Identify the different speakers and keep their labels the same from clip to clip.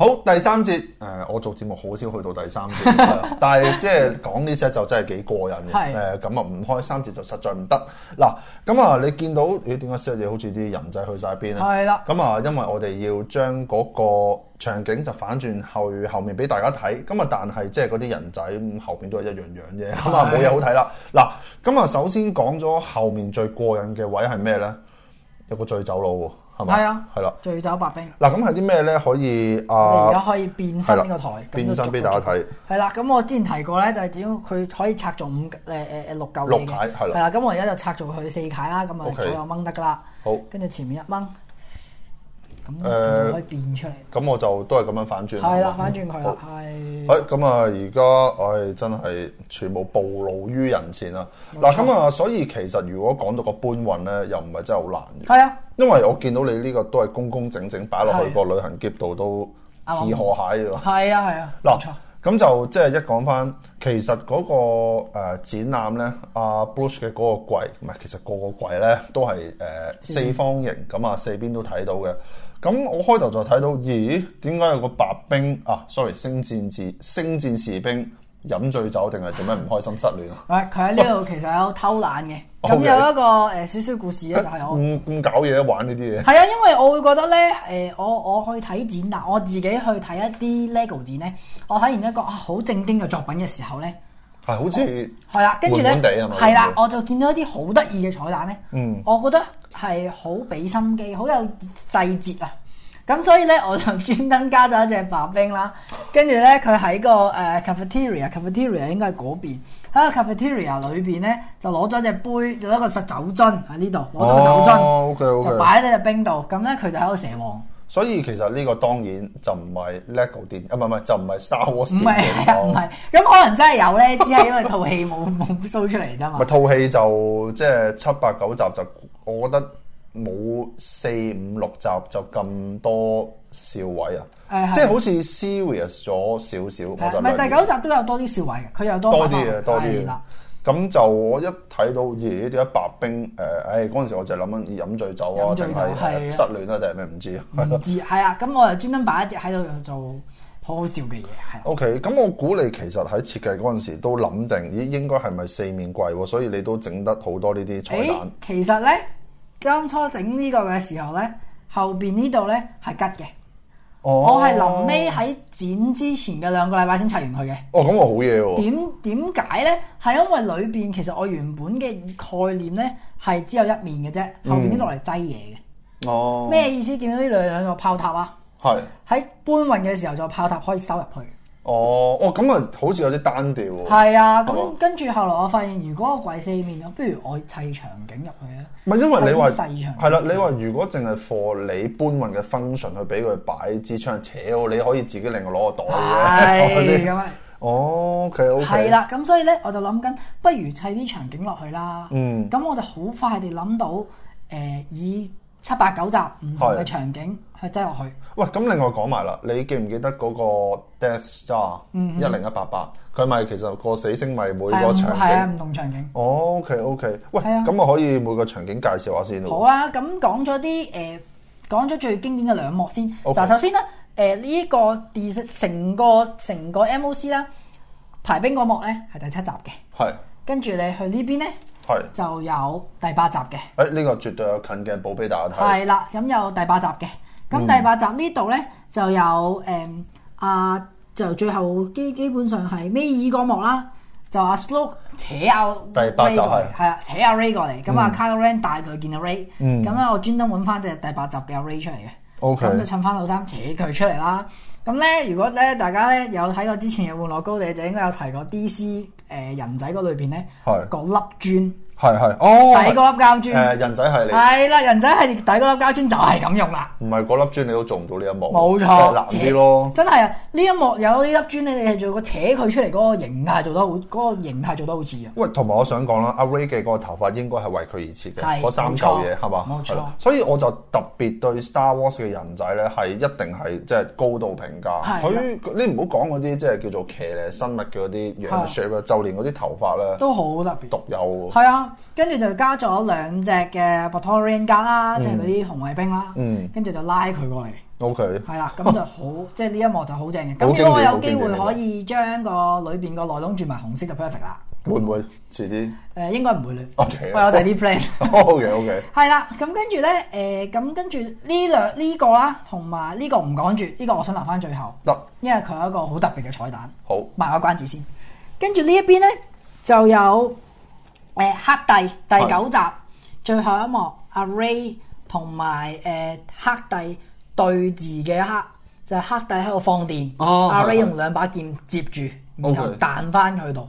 Speaker 1: 好，第三節誒、呃我做節目好少去到第三節，係 但係即係講呢 set 就真係幾過癮嘅。
Speaker 2: 係
Speaker 1: 誒咁啊，唔開三節就實在唔得。嗱，咁啊，你見到咦點解 set 嘢好似啲人仔去晒邊咧？
Speaker 2: 係啦
Speaker 1: 咁啊，因為我哋要將嗰個場景就反轉去後面俾大家睇。咁啊，但係即係嗰啲人仔咁後邊都係一樣樣啫，咁啊冇嘢好睇啦。嗱，咁啊，首先講咗後面最過癮嘅位係咩咧？有個醉酒佬喎，係咪？
Speaker 2: 係啊
Speaker 1: 係啦。
Speaker 2: 醉酒白冰，
Speaker 1: 嗱，咁係啲咩咧？可以
Speaker 2: 我哋而家
Speaker 1: 啊，
Speaker 2: 可以變身呢個台，
Speaker 1: 變身俾大家。睇。
Speaker 2: 係啦，咁我之前提過咧，就係點樣佢可以拆做五誒誒誒六嚿嘢嘅
Speaker 1: 六解係啦
Speaker 2: 係啦，咁我而家就拆做佢四解啦，咁啊
Speaker 1: OK
Speaker 2: 左右掹得噶啦，
Speaker 1: 好，
Speaker 2: 跟住前面一掹，
Speaker 1: 誒
Speaker 2: 咁就可以變出嚟。
Speaker 1: 咁我就都係咁樣反轉。
Speaker 2: 係
Speaker 1: 好
Speaker 2: 啦，
Speaker 1: 嘛
Speaker 2: 反轉佢
Speaker 1: 好
Speaker 2: 啦，係。
Speaker 1: 誒咁啊！而家我哋真係全部暴露於人前啦。嗱咁啊，所以其實如果講到個搬運咧，又唔係真係好難嘅，
Speaker 2: 係啊，
Speaker 1: 因為我見到你呢個都係工工整整擺落去
Speaker 2: 係
Speaker 1: 個旅行篋度都
Speaker 2: 啱
Speaker 1: 似河蟹喎。
Speaker 2: 係啊，係啊，
Speaker 1: 嗱
Speaker 2: 冇錯，
Speaker 1: 咁就即係一講翻，其實嗰個誒展覽咧，阿 Bruce 嘅嗰個櫃，唔係其實個個櫃咧都係
Speaker 2: 嗯
Speaker 1: 誒四方形，咁啊四邊都睇到嘅。咁我開頭就睇到，咦？點解有個白兵啊？sorry，星戰士星戰士兵飲醉酒定係做咩唔開心失戀啊？
Speaker 2: 喂，佢喺呢度其實有偷懶嘅，
Speaker 1: 好
Speaker 2: 咁
Speaker 1: 嘅
Speaker 2: 有一個誒少少故事咧，就係我。
Speaker 1: 咁咁搞嘢玩呢啲嘢，
Speaker 2: 係啊，因為我會覺得咧，誒、我我去睇展覽，我自己去睇一啲 LEGO 展咧，我睇完一個啊好正經嘅作品嘅時候咧，
Speaker 1: 係好似
Speaker 2: 係啦，跟住咧
Speaker 1: 悶悶地啊係咪
Speaker 2: 係啦
Speaker 1: 會唔，會
Speaker 2: 我就見到一啲好得意嘅彩蛋咧，
Speaker 1: 嗯
Speaker 2: 我覺得係好俾心機，好有細節啊！咁所以咧，我就專登加咗一隻白 冰啦，跟住咧佢喺個誒、呃 cafeteria，cafeteria 應該係嗰邊喺個 cafeteria 裏邊咧就攞咗隻杯，有一個實酒樽喺呢度攞咗個酒樽。
Speaker 1: 哦，OK，OK
Speaker 2: 就擺喺呢隻冰度，咁咧佢就喺度蛇王，
Speaker 1: 所以其實呢個當然就唔係 LEGO 電，啊唔係唔係就唔係 Star Wars
Speaker 2: 唔
Speaker 1: 電
Speaker 2: 係
Speaker 1: 影
Speaker 2: 係啊，唔係，咁可能真係有咧，只係因為套戲冇冇 show 出嚟啫嘛
Speaker 1: 咪。套戲就即係七八九集就，我覺得冇四五六集就咁多笑位啊，
Speaker 2: 誒係
Speaker 1: 即係好似 serious 咗少少，我就
Speaker 2: 唔
Speaker 1: 兩
Speaker 2: 係第
Speaker 1: 年
Speaker 2: 九集都有多啲笑位嘅，佢又多
Speaker 1: 多啲
Speaker 2: 擺
Speaker 1: 嘅
Speaker 2: 翻
Speaker 1: 多
Speaker 2: 係
Speaker 1: 啲嘅啊
Speaker 2: 啦。
Speaker 1: 咁就我一睇到咦點解白冰誒，唉嗰陣時我就諗緊飲醉酒啊，
Speaker 2: 飲
Speaker 1: 定
Speaker 2: 醉酒
Speaker 1: 係誒
Speaker 2: 係啊
Speaker 1: 失戀啊，定係咩唔知啊，係
Speaker 2: 唔
Speaker 1: 咯。
Speaker 2: 知係啊，咁我就專登擺一隻喺度做好好笑嘅嘢，係啦
Speaker 1: O K，咁我估你其實喺設計嗰陣時都諗定，咦應該係咪四面櫃喎？所以你都整得好多呢啲彩
Speaker 2: 誒、
Speaker 1: 蛋。
Speaker 2: 其實咧，當初整呢個嘅時候咧，後邊呢度咧係吉嘅，
Speaker 1: 哦
Speaker 2: 我係啊臨尾喺剪之前嘅兩個禮拜先砌完佢嘅。
Speaker 1: 哦，咁我好嘢喎。
Speaker 2: 點點解咧？係因為裏邊其實我原本嘅概念咧係只有一面嘅啫，後邊啲落嚟擠嘢
Speaker 1: 嗯哦
Speaker 2: 嘅。，咩、意思？見到呢兩兩個炮塔啊，
Speaker 1: 係。
Speaker 2: 喺搬運嘅時候就炮塔可以收入去。
Speaker 1: 哦，哦，咁啊，好似有啲單調喎。
Speaker 2: 係啊，
Speaker 1: 係
Speaker 2: 咁
Speaker 1: 嘛
Speaker 2: 跟住後來我發現，如果我櫃四面，我不如我砌場景入去啊。
Speaker 1: 唔係因為你話
Speaker 2: 係細場
Speaker 1: 係啦，你話如果淨係貨你搬運嘅 function 去俾佢擺支槍，扯你可以自己另外攞個袋 嘅，係咪哦
Speaker 2: 係咁
Speaker 1: 先？
Speaker 2: 啊，
Speaker 1: 哦，OK OK，
Speaker 2: 係，啦。咁所以咧，我就諗緊，不如砌啲場景落去啦。
Speaker 1: 嗯
Speaker 2: 咁我就好快地諗到，誒、以七八九集唔同
Speaker 1: 係
Speaker 2: 嘅場景去擠落去。
Speaker 1: 喂，咁另外講埋啦，你記唔記得嗰個 Death Star 一零一八八？佢咪其實個死星咪每
Speaker 2: 嗯係
Speaker 1: 個
Speaker 2: 唔
Speaker 1: 場
Speaker 2: 係啊，
Speaker 1: 景。
Speaker 2: 唔同場景。
Speaker 1: 哦，OK OK，喂，
Speaker 2: 係啊
Speaker 1: 咁我可以每個場景介紹下先
Speaker 2: 好
Speaker 1: 咯。
Speaker 2: 啊，咁講咗啲誒，講咗最經典嘅兩幕先。
Speaker 1: OK
Speaker 2: 嗱，首先咧，誒呢一個 D 成個成個 MOC 啦，排兵嗰幕咧係第七集嘅，
Speaker 1: 係
Speaker 2: 跟住你去呢邊咧
Speaker 1: 係，
Speaker 2: 就有第八集嘅，
Speaker 1: 誒呢個絕對有近鏡補俾大家睇。
Speaker 2: 係啦，咁有第八集嘅，
Speaker 1: 嗯
Speaker 2: 咁第八集呢度咧就有誒、啊，就最後基基本上係尾二嗰幕啦。就阿 Slow 扯阿
Speaker 1: 第八集
Speaker 2: Ray 過嚟
Speaker 1: 係
Speaker 2: 係啊，扯阿 Ray 過嚟，咁啊 Kylo Ren 帶佢去見阿 Ray，
Speaker 1: 嗯
Speaker 2: 咁咧啊我專登揾翻隻第八集嘅阿 Ray 出嚟嘅。
Speaker 1: OK，
Speaker 2: 咁就襯翻老三扯佢出嚟啦。咁咧，如果咧大家咧有睇過之前嘅《玩樂高地》，就應該有提過 DC 誒、人仔嗰裏邊咧
Speaker 1: 係
Speaker 2: 個粒磚
Speaker 1: 係係哦，
Speaker 2: 底嗰粒
Speaker 1: 誒
Speaker 2: 膠磚。
Speaker 1: 人仔系列。
Speaker 2: 係啦，人仔系列底嗰粒膠磚就係咁用啦。
Speaker 1: 唔係嗰粒磚你都做唔到呢一幕，
Speaker 2: 冇錯
Speaker 1: 即係難啲咯。
Speaker 2: 真係啊！呢一幕有呢粒磚咧，你係做個扯佢出嚟嗰個形態做得好，嗰、個形態做得好似啊！
Speaker 1: 喂，同埋我想講啦，阿 Ray 嘅嗰個頭髮應該係為佢而設
Speaker 2: 係
Speaker 1: 嘅，嗰三嚿嘢係嘛？
Speaker 2: 冇錯
Speaker 1: 係啦所以我就特別對 Star Wars 嘅人仔咧係一定係即係高度評價。
Speaker 2: 係
Speaker 1: 佢你唔好講嗰啲即係叫做騎呢生物嘅嗰啲
Speaker 2: 係
Speaker 1: 樣 shape 啦，就連嗰啲頭髮咧
Speaker 2: 都好特別。
Speaker 1: 獨有喎。
Speaker 2: 係啊，跟住就加咗兩隻嘅 b a t o r i a n 架啦，即係嗰啲紅衛兵啦，
Speaker 1: 嗯
Speaker 2: 跟住就拉佢過嚟，
Speaker 1: ，OK，
Speaker 2: 係啦，咁就好，即係呢一幕就好正嘅。咁
Speaker 1: 好經典
Speaker 2: 如果我有機
Speaker 1: 好經
Speaker 2: 會
Speaker 1: 典
Speaker 2: 可以將個裏邊個內籠轉埋紅色就 perfect 啦。
Speaker 1: 會唔會遲啲
Speaker 2: 誒應該唔會亂，
Speaker 1: ？OK，
Speaker 2: 我有第啲 plan。
Speaker 1: OK OK，
Speaker 2: 係啦，咁跟住咧，誒咁跟住呢兩呢個啦，同埋呢個唔講住，呢個我想留翻最後，
Speaker 1: 得
Speaker 2: 因為佢有一個好特別嘅彩蛋。
Speaker 1: 好
Speaker 2: 賣個關子先。跟住呢一邊呢，就有誒、呃黑帝第九集最後一幕，阿 Ray 同埋誒黑帝對峙嘅一刻，就係、黑帝喺度放電，
Speaker 1: 哦
Speaker 2: 阿
Speaker 1: 係
Speaker 2: Ray
Speaker 1: 係
Speaker 2: 用兩把劍接住，然後
Speaker 1: OK
Speaker 2: 彈翻佢度。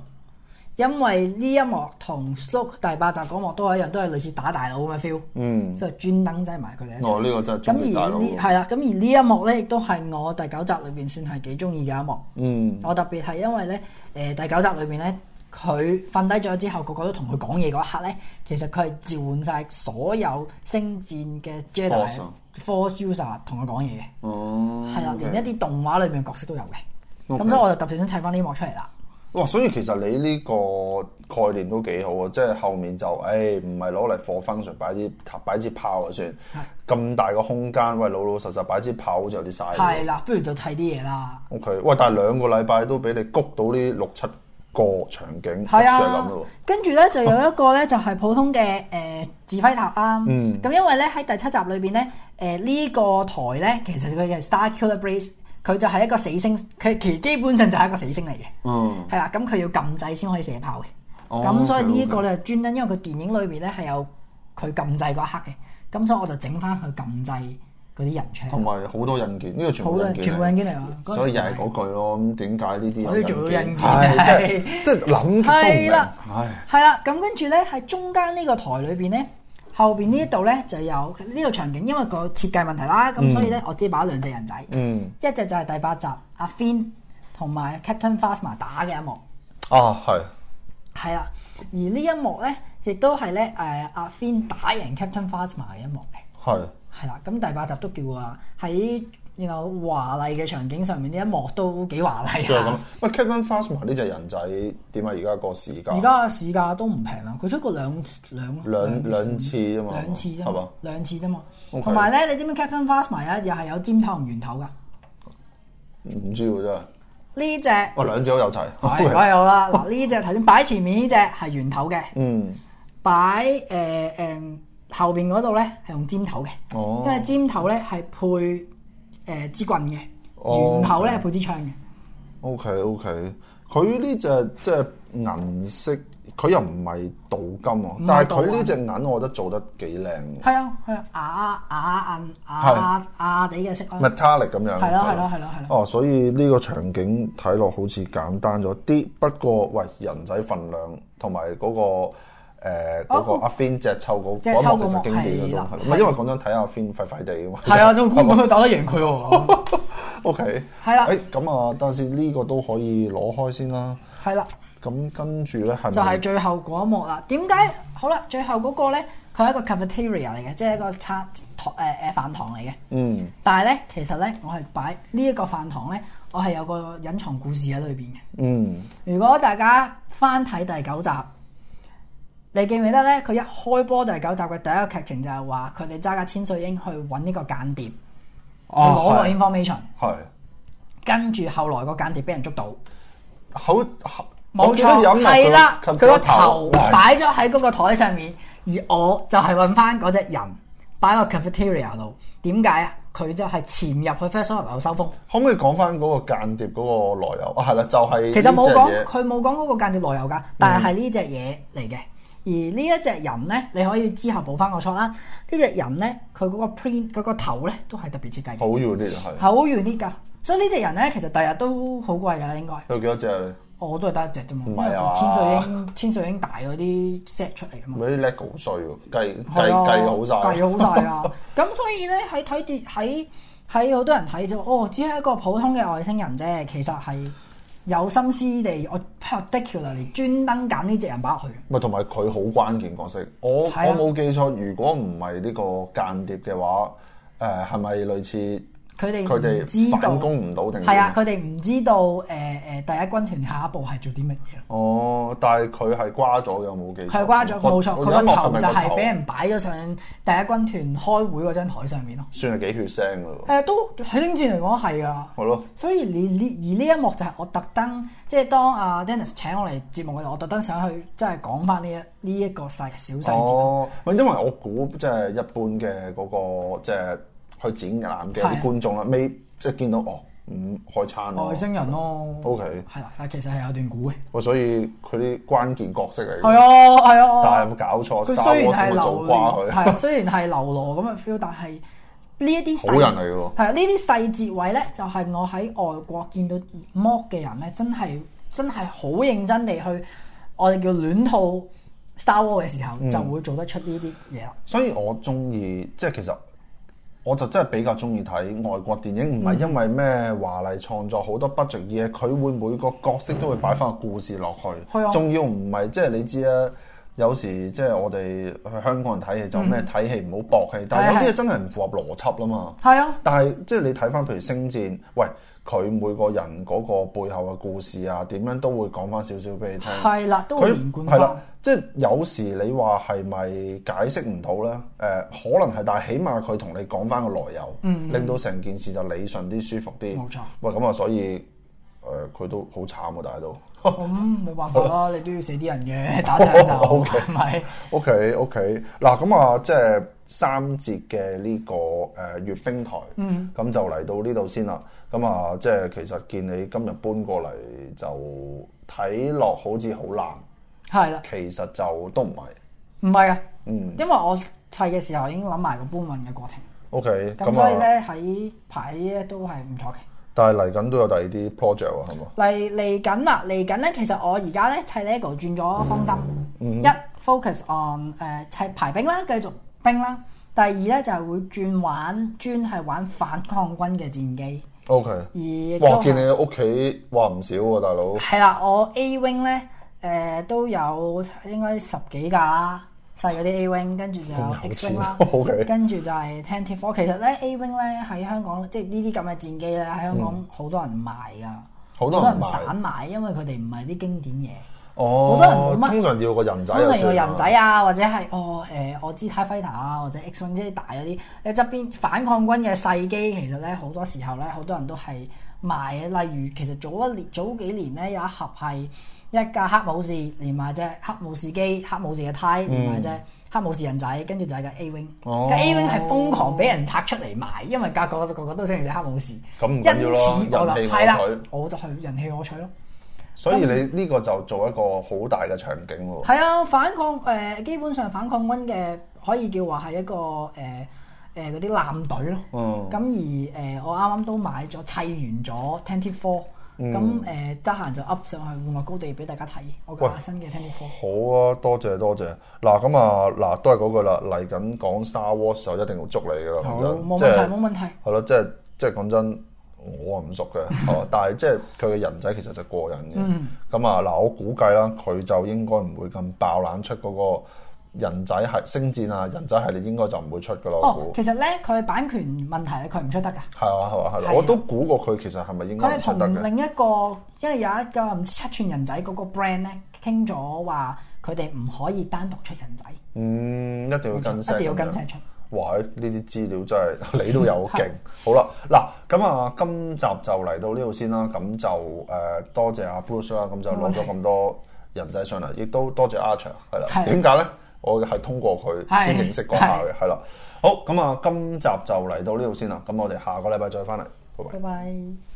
Speaker 2: 因為呢一幕同 Sloke 第八集嗰幕都係一樣，都係類似打大佬咁嘅 feel，
Speaker 1: 嗯，
Speaker 2: 所以專登擠埋佢哋一齊。
Speaker 1: 哦呢個真係
Speaker 2: 咁
Speaker 1: 中
Speaker 2: 而
Speaker 1: 意大佬
Speaker 2: 呢，係啦，咁而呢一幕呢，亦都係我第九集裏邊算係幾中意嘅一幕。
Speaker 1: 嗯
Speaker 2: 我特別係因為咧，誒、第九集裏面咧，佢瞓低咗之後，個個都同佢講嘢嗰一刻咧，其實佢係召喚晒所有星戰嘅 Jedi
Speaker 1: Force 啊
Speaker 2: Force user 同佢講嘢嘅，
Speaker 1: 哦，
Speaker 2: 係啦、
Speaker 1: OK
Speaker 2: 連一啲動畫裏面嘅角色都有嘅。咁
Speaker 1: OK
Speaker 2: 所以我就特別想砌翻呢幕出嚟啦。
Speaker 1: 哇！所以其實你呢個概念都幾好啊，即係後面就誒唔係攞嚟 for function 擺支擺支炮就算，咁大個空間，喂老老實實擺支炮好似有啲嘥
Speaker 2: 係
Speaker 1: 喎。
Speaker 2: 啦，不如就砌啲嘢啦。
Speaker 1: O K，喂，但係兩個禮拜都俾你谷到呢六七個場景，
Speaker 2: 係
Speaker 1: 就係咁
Speaker 2: 啊
Speaker 1: 咯，
Speaker 2: 跟住咧就有一個咧就係普通嘅誒、呃指揮塔啦。咁、
Speaker 1: 嗯
Speaker 2: 因為咧喺第七集裏邊咧，誒、呢、個台咧其實佢嘅 Star Killer Base，佢就係一個死星，佢其基本上就係一個死星嚟嘅。
Speaker 1: 喎。嗯，
Speaker 2: 係啦，咁佢要撳掣先可以射炮嘅。
Speaker 1: 哦
Speaker 2: 咁、所以呢一個
Speaker 1: OK，OK
Speaker 2: 咧專登，因為佢電影裏面咧係有佢撳掣嗰一刻嘅，咁所以我就整翻佢撳掣嗰啲人出嚟
Speaker 1: 同。埋好多印件，呢個全
Speaker 2: 好
Speaker 1: 部
Speaker 2: 啦，
Speaker 1: 印件嚟。
Speaker 2: 全部人經嚟啊！嗰陣時
Speaker 1: 所以又係嗰句咯，咁點解呢啲有
Speaker 2: 我都做到印件
Speaker 1: 係即係即係諗極都唔
Speaker 2: 係
Speaker 1: 明，
Speaker 2: 啦
Speaker 1: 唉，
Speaker 2: 係啦，咁跟住咧喺中間呢個台裏邊咧，後邊呢一度咧就有呢個場景，因為個設計問題啦，咁所以咧我只擺咗兩隻人仔，
Speaker 1: 嗯
Speaker 2: 一隻就係第八集阿 Fin 同埋 Captain Phasma 打嘅一幕，
Speaker 1: 啊係，
Speaker 2: 係啦，而呢一幕咧亦都係咧誒阿 Fin 打贏 Captain Phasma 嘅一幕嚟，
Speaker 1: 係
Speaker 2: 係啦，咁第八集都叫啊喺然後華麗嘅場景上面呢一幕都幾華
Speaker 1: 所
Speaker 2: 麗
Speaker 1: 以
Speaker 2: 啊
Speaker 1: 咁。喂，Kevin Fastman 呢只人仔點啊？而家個市價
Speaker 2: 而家嘅市價都唔平啊啦，佢出過兩兩
Speaker 1: 兩兩次啊嘛，
Speaker 2: 兩次啫
Speaker 1: 係
Speaker 2: 嘛
Speaker 1: 嘛？，
Speaker 2: 兩次啫嘛。
Speaker 1: OK
Speaker 2: 同埋咧，你知唔知 Captain Phasma 咧又係有尖頭同圓頭噶？
Speaker 1: 唔知喎真係，
Speaker 2: 呢只
Speaker 1: 哇兩隻都有齊，
Speaker 2: 係啊梗係有啦。嗱，呢只頭先擺前面呢只係圓頭嘅，
Speaker 1: 嗯，
Speaker 2: 擺誒誒後邊嗰度咧係用尖頭嘅，
Speaker 1: 哦
Speaker 2: 因，為尖頭咧係配誒支棍嘅，
Speaker 1: 哦
Speaker 2: 圓頭咧係
Speaker 1: OK
Speaker 2: 配支槍嘅。
Speaker 1: O K O K，佢呢只即係銀色，佢又唔係鍍金喎
Speaker 2: 唔係，
Speaker 1: 但係佢
Speaker 2: 鍍
Speaker 1: 呢
Speaker 2: 金
Speaker 1: 隻銀，我覺得做得幾靚喎
Speaker 2: 係啊係啊，啞啞銀啞啞地嘅色啦。
Speaker 1: ，metallic 咁樣，
Speaker 2: 啊係咯係咯係咯係咯。
Speaker 1: 哦，所以呢個場景睇落好似簡單咗啲，不過喂人仔份量同埋嗰個誒嗰個
Speaker 2: 哦
Speaker 1: 阿 Fin 隻抽嗰
Speaker 2: 隻抽
Speaker 1: 嗰幕
Speaker 2: 嗰
Speaker 1: 其實
Speaker 2: 幕
Speaker 1: 經典嘅
Speaker 2: 係
Speaker 1: 都
Speaker 2: 啦
Speaker 1: 係，唔係因為講真睇阿 Fin 快快地啊嘛。
Speaker 2: 係啊，都估唔到佢打得贏佢喎。
Speaker 1: O K，
Speaker 2: 啊係啦
Speaker 1: 誒咁啊，等陣先，呢個都可以攞開先啦。
Speaker 2: 係啦。
Speaker 1: 咁跟住咧係
Speaker 2: 就係
Speaker 1: 咪？
Speaker 2: 最後嗰一幕啦。點解？好啦，最後嗰個咧，佢係一個 cafeteria 嚟嘅，即係一個餐堂誒誒飯堂嚟嘅。
Speaker 1: 嗯
Speaker 2: 但係咧，其實咧，我係擺呢一個飯堂咧，我係有個隱藏故事喺裏邊嘅。
Speaker 1: 嗯，
Speaker 2: 如果大家翻睇第九集，你記唔記得咧？佢一開波第九集嘅第一個劇情就係話佢哋揸架千歲鷹去揾呢個間諜，去
Speaker 1: 啊
Speaker 2: 攞個
Speaker 1: 係
Speaker 2: information，
Speaker 1: 係
Speaker 2: 跟住後來個間諜俾人捉到。
Speaker 1: 口口
Speaker 2: 冇
Speaker 1: 我記得有
Speaker 2: 錯，
Speaker 1: 一幕佢
Speaker 2: 係啦，
Speaker 1: 冚
Speaker 2: 佢個
Speaker 1: 咗
Speaker 2: 頭
Speaker 1: 係
Speaker 2: 擺咗喺嗰個台上面，而我就係揾翻嗰只人擺喺個 cafeteria 度。點解啊？佢就係潛入去 First Order 度收風。
Speaker 1: 可唔可以講翻嗰個間諜嗰個來由？啊，係啦，就係
Speaker 2: 其實
Speaker 1: 呢
Speaker 2: 冇
Speaker 1: 隻
Speaker 2: 講
Speaker 1: 嘢嗯
Speaker 2: 佢冇講嗰個間諜來由㗎，但係係呢只嘢嚟嘅。而呢一隻人呢，你可以之後補翻個錯啦。呢只人呢，佢嗰個 print 嗰個頭呢，都係特別設計嘅，
Speaker 1: 好遠啲係
Speaker 2: 好遠啲㗎。所以呢只人呢，其實第日都好貴㗎啦，應該。
Speaker 1: 有幾多隻啊你？
Speaker 2: 我都係得一隻啫嘛，因
Speaker 1: 唔
Speaker 2: 為
Speaker 1: 係啊
Speaker 2: 千歲鷹千歲鷹大嗰啲 set 出嚟啊嘛。
Speaker 1: 嗰啲叻好衰喎，計計
Speaker 2: 係啊
Speaker 1: 計好晒。
Speaker 2: 計好晒 啊！咁所以咧喺睇跌喺喺好多人睇就哦，只係一個普通嘅外星人啫，其實係有心思地，我 particularly 專登揀呢只人擺落去。
Speaker 1: 咪同埋佢好關鍵角色，我我
Speaker 2: 係啊
Speaker 1: 冇記錯，如果唔係呢個間諜嘅話，誒係咪類似
Speaker 2: 佢哋
Speaker 1: 佢
Speaker 2: 唔知
Speaker 1: 哋
Speaker 2: 道
Speaker 1: 反攻唔到定點
Speaker 2: 係啊，？佢哋唔知道誒誒、呃第一軍團下一步係做啲乜嘢咯。
Speaker 1: 哦，但係佢係瓜咗嘅，我冇記錯。
Speaker 2: 佢係瓜咗冇錯，佢個
Speaker 1: 音樂
Speaker 2: 頭
Speaker 1: 咪
Speaker 2: 就
Speaker 1: 個
Speaker 2: 係
Speaker 1: 頭
Speaker 2: 俾人擺咗上第一軍團開會嗰張台上面咯。
Speaker 1: 算係幾血腥嘅
Speaker 2: 誒、
Speaker 1: 喎，
Speaker 2: 都喺拎戰嚟講係啊。
Speaker 1: 係咯。
Speaker 2: 所以你呢而呢一幕就係我特登，即係當阿 Dennis 請我嚟節目嘅時候，我特登想去即係講翻呢一呢一個細小細節。啊
Speaker 1: 哦，唔係因為我估即係一般嘅嗰、個即係去展覽嘅啲
Speaker 2: 係
Speaker 1: 觀眾啦，未即係見到哦，嗯開餐咯
Speaker 2: 外，星人咯
Speaker 1: OK
Speaker 2: 係啦，但其實係有段估嘅。
Speaker 1: 喂哦所以佢啲關鍵角色嚟。
Speaker 2: 係啊，係啊。
Speaker 1: 但係有冇搞錯？
Speaker 2: 佢
Speaker 1: Star
Speaker 2: 雖然
Speaker 1: Wars
Speaker 2: 係
Speaker 1: 會做
Speaker 2: 流
Speaker 1: 瓜
Speaker 2: 羅，
Speaker 1: 佢，
Speaker 2: 係啊雖然係流羅咁嘅 feel，但係呢一啲細
Speaker 1: 好人嚟嘅喎
Speaker 2: 係啊呢啲細節位咧，就係、我喺外國見到剝嘅人咧，真係真係好認真地去，我哋叫亂套 Star War 嘅時候，
Speaker 1: 嗯
Speaker 2: 就會做得出呢啲嘢啦。
Speaker 1: 所以我中意即係其實我就真係比較中意睇外國電影，唔係因為咩華麗創作好多 budget 嘢，佢會每個角色都會擺翻個故事落
Speaker 2: 係啊
Speaker 1: 去，仲要唔係即係你知啊。有時即係我哋去香港人睇戲就咩睇戲唔好搏戲，但係有啲嘢真係唔符合邏輯啦嘛。
Speaker 2: 係啊。
Speaker 1: 但係即係你睇翻譬如星戰，喂佢每個人嗰個背後嘅故事啊，點樣都會講翻少少俾你聽。
Speaker 2: 係啦，都會連貫
Speaker 1: 係啦
Speaker 2: 翻。，
Speaker 1: 即係有時你話係咪解釋唔到咧？誒、可能係，但係起碼佢同你講翻個來由，令到成件事就理順啲、舒服啲。
Speaker 2: 嗯冇錯
Speaker 1: 喂，咁啊，所以誒佢、都好慘喎，大家都。
Speaker 2: 咁哦嗯冇辦法啦，你都要死啲人嘅，打仗就
Speaker 1: OK
Speaker 2: 係咪？
Speaker 1: O K O K，嗱咁啊，即係三節嘅呢個誒閱兵台，咁、
Speaker 2: 嗯
Speaker 1: 就嚟到呢度先啦。咁啊，即係其實見你今日搬過嚟就睇落好似好難，
Speaker 2: 係啦，
Speaker 1: 其實就都唔係。
Speaker 2: 唔係啊，
Speaker 1: 嗯
Speaker 2: 因為我砌嘅時候已經諗埋個搬運嘅過程，
Speaker 1: O K，
Speaker 2: 咁所以咧喺排咧都係唔錯嘅。
Speaker 1: 但係嚟緊都有第二啲 project 啊，係嘛？
Speaker 2: 嚟嚟緊啦，嚟緊咧，其實我而家咧砌 LEGO 轉咗方針，
Speaker 1: 嗯
Speaker 2: 一 focus on 誒、呃砌排兵啦，繼續兵啦。第二咧就係、會轉玩專係玩反抗軍嘅戰機，
Speaker 1: O K，
Speaker 2: 而亦都
Speaker 1: 哇！
Speaker 2: 係
Speaker 1: 見你屋企哇唔少喎、大佬。
Speaker 2: 係啦，我 A wing 咧，誒、都有應該十幾架啦，細嗰啲 A wing，跟住就有
Speaker 1: 咁有
Speaker 2: X
Speaker 1: 錢
Speaker 2: wing 啦
Speaker 1: OK
Speaker 2: 跟住就係 t a n t i f o 其實咧 A wing 咧喺香港，即係呢啲咁嘅戰機咧喺香港好多人賣噶，
Speaker 1: 嗯好多人買
Speaker 2: 散買，因為佢哋唔係啲經典嘢。
Speaker 1: 哦，
Speaker 2: 好多人冇乜
Speaker 1: 通常要個人仔
Speaker 2: 通
Speaker 1: 就
Speaker 2: 常
Speaker 1: 算
Speaker 2: 用
Speaker 1: 啦
Speaker 2: 人仔啊，或者係哦誒、我知 TIE Fighter 啊，或者 X Wing 即係大嗰啲，你側邊反抗軍嘅細機，其實咧好多時候咧，好多人都係賣嘅。例如其實早一年、早幾年咧有一盒係一架黑武士，連埋隻黑武士機、黑武士嘅 TIE，連埋隻黑武士人仔，跟住就係架 A Wing。
Speaker 1: 嗯哦
Speaker 2: 架 A Wing 係瘋狂俾人拆出嚟賣，因為架個個個都想要隻黑武士。
Speaker 1: 咁唔
Speaker 2: 因
Speaker 1: 緊要咯
Speaker 2: 此我就
Speaker 1: 人氣我
Speaker 2: 係啦
Speaker 1: 取，
Speaker 2: 我就去人氣我取咯。
Speaker 1: 所以你呢個就做一個好大嘅場景喎。
Speaker 2: 係啊，反抗誒、呃基本上反抗軍嘅可以叫話係一個誒誒嗰啲艦隊咯。
Speaker 1: 嗯
Speaker 2: 咁、而誒、呃我啱啱都買咗砌完咗 Tanty Four，咁
Speaker 1: 嗯
Speaker 2: 誒得閒就 up 上去玩樂高地俾大家睇我
Speaker 1: 喂
Speaker 2: 嘅新嘅 Tanty Four。
Speaker 1: 好啊，多謝多謝。嗱咁啊，嗱都係嗰句啦，嚟緊講 Star Wars 就一定要捉你噶啦，
Speaker 2: 好，
Speaker 1: 講真
Speaker 2: 冇問
Speaker 1: 即
Speaker 2: 題，
Speaker 1: 係
Speaker 2: 冇問題。
Speaker 1: 係咯，即係即係講真，我啊唔熟嘅， 係嘛但係即係佢嘅人仔其實就過癮嘅。
Speaker 2: 嗯
Speaker 1: 咁啊嗱，我估計啦，佢就應該唔會咁爆冷出嗰個人仔係星戰啊，人仔系列應該就唔會出噶咯。我
Speaker 2: 哦
Speaker 1: 估，
Speaker 2: 其實咧佢版權問題佢唔出得㗎。
Speaker 1: 係啊係啊係
Speaker 2: 係
Speaker 1: 啊，
Speaker 2: 啊
Speaker 1: 我都估過佢其實係咪應
Speaker 2: 佢
Speaker 1: 該
Speaker 2: 係
Speaker 1: 唔出得
Speaker 2: 同
Speaker 1: 嘅？
Speaker 2: 另一個，因為有一個唔知七寸人仔嗰個 brand 咧傾咗話，佢哋唔可以單獨出人仔，
Speaker 1: 嗯，一定要跟聲，
Speaker 2: 一定要跟。曬出。
Speaker 1: 哇！呢啲資料真係你都有勁。好啦，嗱咁啊，今集就嚟到呢度先啦。咁就誒、呃多謝阿 Bruce 啦，咁就攞咗咁多人仔上嚟，亦都多謝 Archer 係啦。
Speaker 2: 係
Speaker 1: 點解咧？我係通過佢
Speaker 2: 係
Speaker 1: 先認識嗰下嘅，係啦。好咁啊，今集就嚟到呢度先啦。咁我哋下個禮拜再翻嚟，拜拜。
Speaker 2: 拜拜。